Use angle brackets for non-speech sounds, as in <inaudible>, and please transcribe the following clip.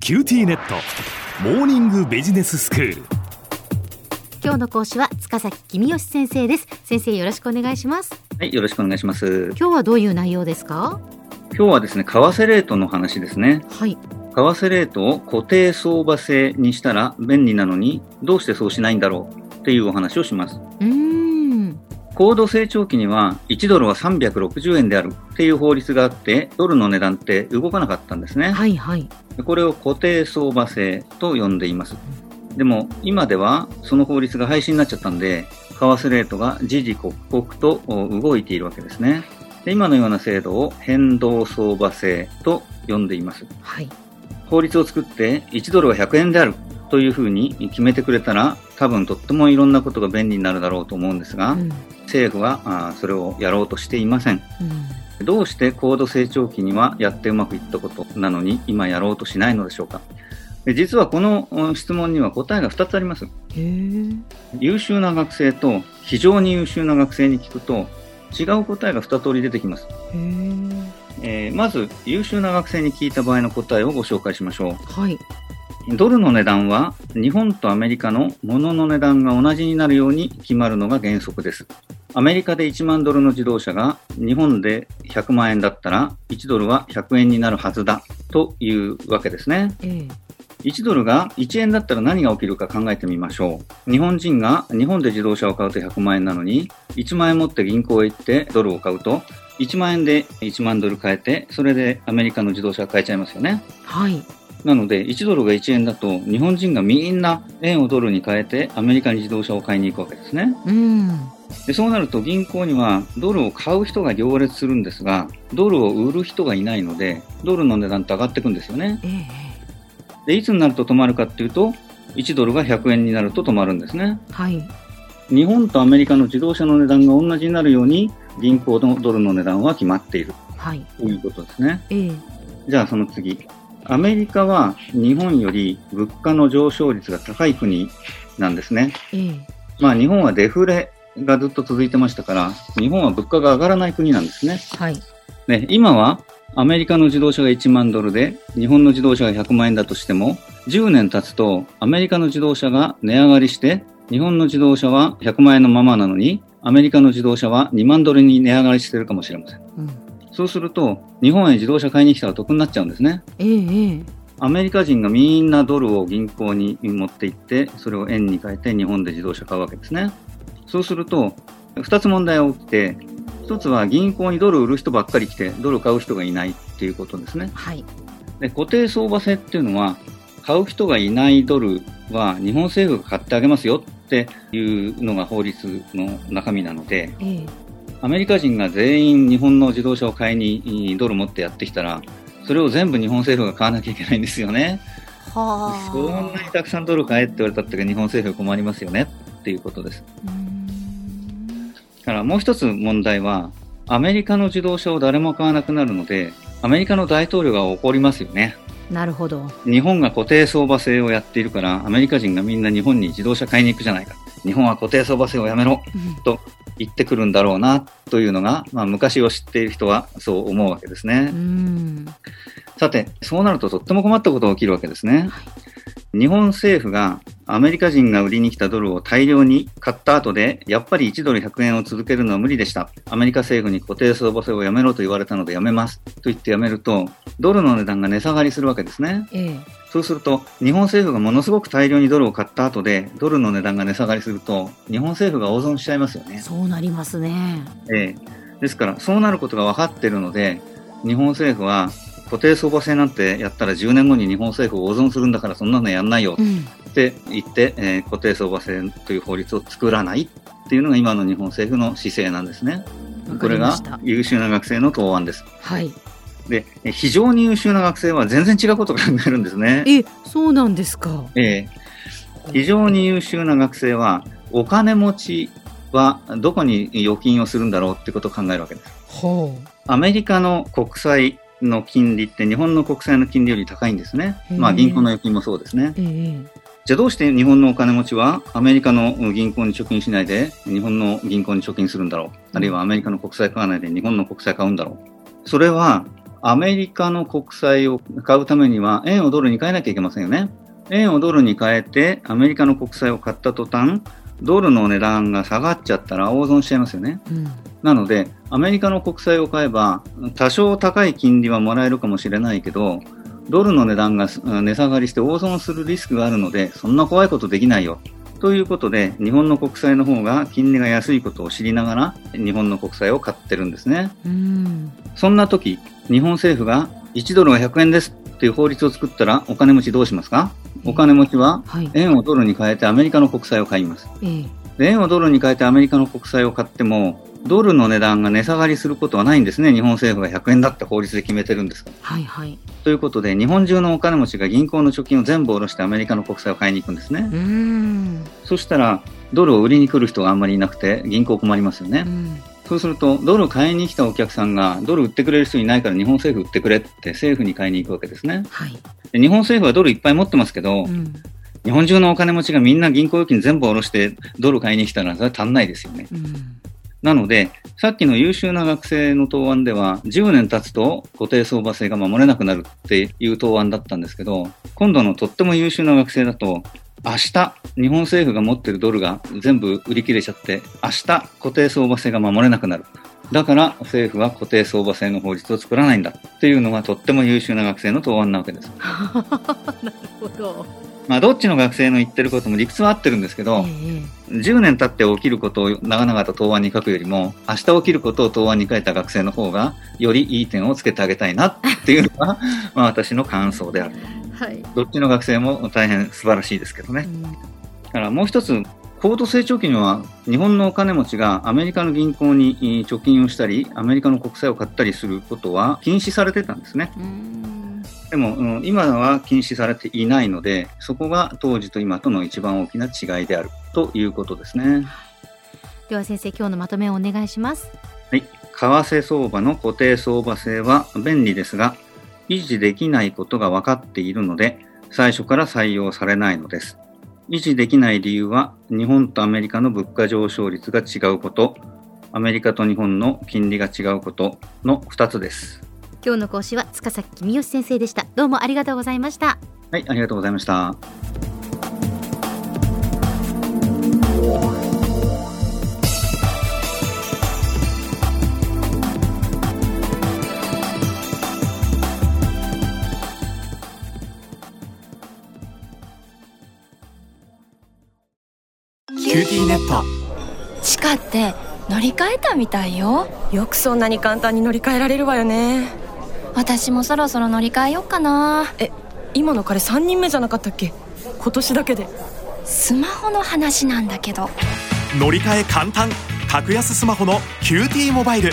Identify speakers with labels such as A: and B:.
A: キューティーネットモーニングビジネススクール
B: 今日の講師は塚崎君吉先生です先生よろしくお願いします
C: はい、よろしくお願いします。
B: 今日はどういう内容ですか
C: 今日はですね、為替レートの話ですね。
B: はい
C: 為替レートを固定相場制にしたら便利なのに、どうしてそうしないんだろうっていうお話をします。
B: うーん
C: 高度成長期には1ドルは360円であるっていう法律があって、ドルの値段って動かなかったんですね。
B: はいはい
C: これを固定相場制と呼んでいます。でも今ではその法律が廃止になっちゃったんで、為替レートが時々刻々とお動いているわけですね。で今のような制度を変動相場制と呼んでいます。
B: はい
C: 法律を作って1ドルは100円であるというふうに決めてくれたら、多分とってもいろんなことが便利になるだろうと思うんですが、
B: うん、うん
C: 政府はあーそれをやろうとしていません。どうして高度成長期にはやってうまくいったことなのに今やろうとしないのでしょうかで実はこのうん質問には答えが2つあります
B: へえ
C: 優秀な学生と非常に優秀な学生に聞くと違う答えが2通り出てきます、
B: へえ
C: えーまず優秀な学生に聞いた場合の答えをご紹介しましょ
B: はい、
C: うドルの値段は日本とアメリカの物の値段が同じになるように決まるのが原則ですアメリカで1万ドルの自動車が日本で100万円だったら1ドルは100円になるはずだというわけですね。
B: ええ
C: 1ドルが1円だったら何が起きるか考えてみましょう。日本人が日本で自動車を買うと100万円なのに1万円持って銀行へ行ってドルを買うと1万円で1万ドル買えてそれでアメリカの自動車が買えちゃいますよね。
B: はい
C: なので1ドルが1円だと日本人がみんな円をドルに変えてアメリカに自動車を買いに行くわけですね。
B: うん
C: でそうなると銀行にはドルを買う人が行列するんですがドルを売る人がいないのでドルの値段って上がっていくんですよね
B: ええ
C: でいつになると止まるかっていうと1ドルが100円になると止まるんですね
B: はい
C: 日本とアメリカの自動車の値段が同じになるように銀行のドルの値段は決まっている
B: はい
C: ということですね
B: ええ
C: じゃあその次アメリカは日本より物価の上昇率が高い国なんですね
B: ええ
C: まあ日本はデフレがずっと続いてましたから日本は物価が上がらない国なんですね
B: はい
C: ね、今はアメリカの自動車が1万ドルで、日本の自動車が100万円だとしても、10年経つとアメリカの自動車が値上がりして、日本の自動車は100万円のままなのに、アメリカの自動車は2万ドルに値上がりしてるかもしれません。
B: うん
C: そうすると、日本へ自動車買いに来たら得になっちゃうんですね。
B: ええええ
C: アメリカ人がみんなドルを銀行に持って行って、それを円に変えて日本で自動車買うわけですね。そうすると、2つ問題が起きて、1つは銀行にドルを売る人ばっかり来て、ドルを買う人がいないっていうことですね。
B: はい
C: で固定相場制っていうのは、買う人がいないドルは日本政府が買ってあげますよっていうのが法律の中身なので、
B: ええ
C: アメリカ人が全員日本の自動車を買いにドル持ってやってきたら、それを全部日本政府が買わなきゃいけないんですよね。
B: はあ
C: そんなにたくさんドル買えって言われたって日本政府困りますよねっていうことです。
B: うーん
C: だからもう一つ問題は、アメリカの自動車を誰も買わなくなるので、アメリカの大統領が怒りますよね。
B: なるほど
C: 日本が固定相場制をやっているから、アメリカ人がみんな日本に自動車買いに行くじゃないか。日本は固定相場制をやめろ。
B: うん
C: 言ってくるんだろうな、というのが、まあ昔を知っている人はそう思うわけですね
B: う。ん
C: さて、そうなるととっても困ったことが起きるわけですね。日本政府がアメリカ人が売りに来たドルを大量に買った後で、やっぱり1ドル100円を続けるのは無理でした。アメリカ政府に固定相場制をやめろと言われたのでやめますと言ってやめると、ドルの値段が値下がりするわけですね。
B: ええ
C: そうすると、日本政府がものすごく大量にドルを買った後で、ドルの値段が値下がりすると、日本政府が大損しちゃいますよね。
B: そうなりますね。
C: ええですから、そうなることが分かっているので、日本政府は固定相場制なんてやったら10年後に日本政府を大損するんだからそんなのやんないよ
B: うん、
C: って言って、えー固定相場制という法律を作らないっていうのが今の日本政府の姿勢なんですね。
B: わか
C: こ
B: り
C: れ
B: ま
C: が
B: した。
C: 優秀な学生の答案です。
B: はい。
C: で、え非常に優秀な学生は全然違うことを考えるんですね。
B: え、そうなんですか。
C: ええ非常に優秀な学生はお金持ちはどこに預金をするんだろうってことを考えるわけです。
B: ほ
C: アメリカの国債の金利って日本の国債の金利より高いんですね。
B: へえ
C: まあ銀行の預金もそうですね。
B: う。ええ
C: じゃあどうして日本のお金持ちはアメリカの銀行に貯金しないで日本の銀行に貯金するんだろう。あるいはアメリカの国債買わないで日本の国債買うんだろう。それはアメリカの国債を買うためには、円をドルに変えなきゃいけませんよね。円をドルに変えて、アメリカの国債を買った途端、ドルの値段が下がっちゃったら、大損しちゃいますよね。
B: うん
C: なので、アメリカの国債を買えば、多少高い金利はもらえるかもしれないけど、ドルの値段がうん値下がりして大損するリスクがあるので、そんな怖いことできないよ。ということで、日本の国債の方が金利が安いことを知りながら、日本の国債を買ってるんですね。
B: うん
C: そんな時、日本政府が1ドルは100円ですっていう法律を作ったら、お金持ちどうしますかお金持ちは、
B: はい
C: 円をドルに変えてアメリカの国債を買います。
B: ええ
C: で円をドルに変えてアメリカの国債を買っても、ドルの値段が値下がりすることはないんですね、日本政府が100円だって法律で決めてるんですから。
B: はいはい
C: ということで、日本中のお金持ちが銀行の貯金を全部下ろしてアメリカの国債を買いに行くんですね。
B: うん
C: そしたら、ドルを売りに来る人があんまりいなくて、銀行困りますよね
B: う。ん
C: そうすると、ドルを買いに来たお客さんが、ドル売ってくれる人いないから日本政府売ってくれって政府に買いに行くわけですね。
B: はい
C: で日本政府はドルいっぱい持ってますけど、
B: うん
C: 日本中のお金持ちがみんな銀行預金全部下ろしてドル買いに来たら、それは足んないですよね。
B: うん <laughs>
C: なので、さっきの優秀な学生の答案では、10年経つと固定相場制が守れなくなるっていう答案だったんですけど、今度のとっても優秀な学生だと、明日、日本政府が持ってるドルが全部売り切れちゃって、明日、固定相場制が守れなくなる。だから、政府は固定相場制の法律を作らないんだっていうのがとっても優秀な学生の答案なわけです。
B: なるほど
C: まあ、どっちの学生の言ってることも理屈は合ってるんですけど、
B: ええ
C: 10年経って起きることを長々と答案に書くよりも、明日起きることを答案に書いた学生の方が、よりいい点をつけてあげたいなっていうのが、まあ私の感想である。
B: はい
C: どっちの学生も大変素晴らしいですけど
B: う
C: ね。
B: ん
C: だからもう一つ、高度成長期には日本のお金持ちがアメリカの銀行にえー貯金をしたり、アメリカの国債を買ったりすることは禁止されてたんですね。
B: うん
C: でも、うん今は禁止されていないので、そこが当時と今との一番大きな違いであるということですね。
B: では先生今日のまとめをお願いします
C: はい、為替相場の固定相場制は便利ですが、維持できないことが分かっているので、最初から採用されないのです。維持できない理由は、日本とアメリカの物価上昇率が違うこと、アメリカと日本の金利が違うことの2つです。
B: 今日の講師は塚崎君吉先生でしたどうもありがとうございました
C: はい、ありがとうございました。
D: キューティーネット
E: 地下って乗り換えたみたいよ
F: よくそんなに簡単に乗り換えられるわよね
E: 私もそろそろ乗り換えようかな
F: え今の彼3人目じゃなかったっけ今年だけで
E: スマホの話なんだけど
D: 乗り換え簡単格安スマホのキューティーモバイル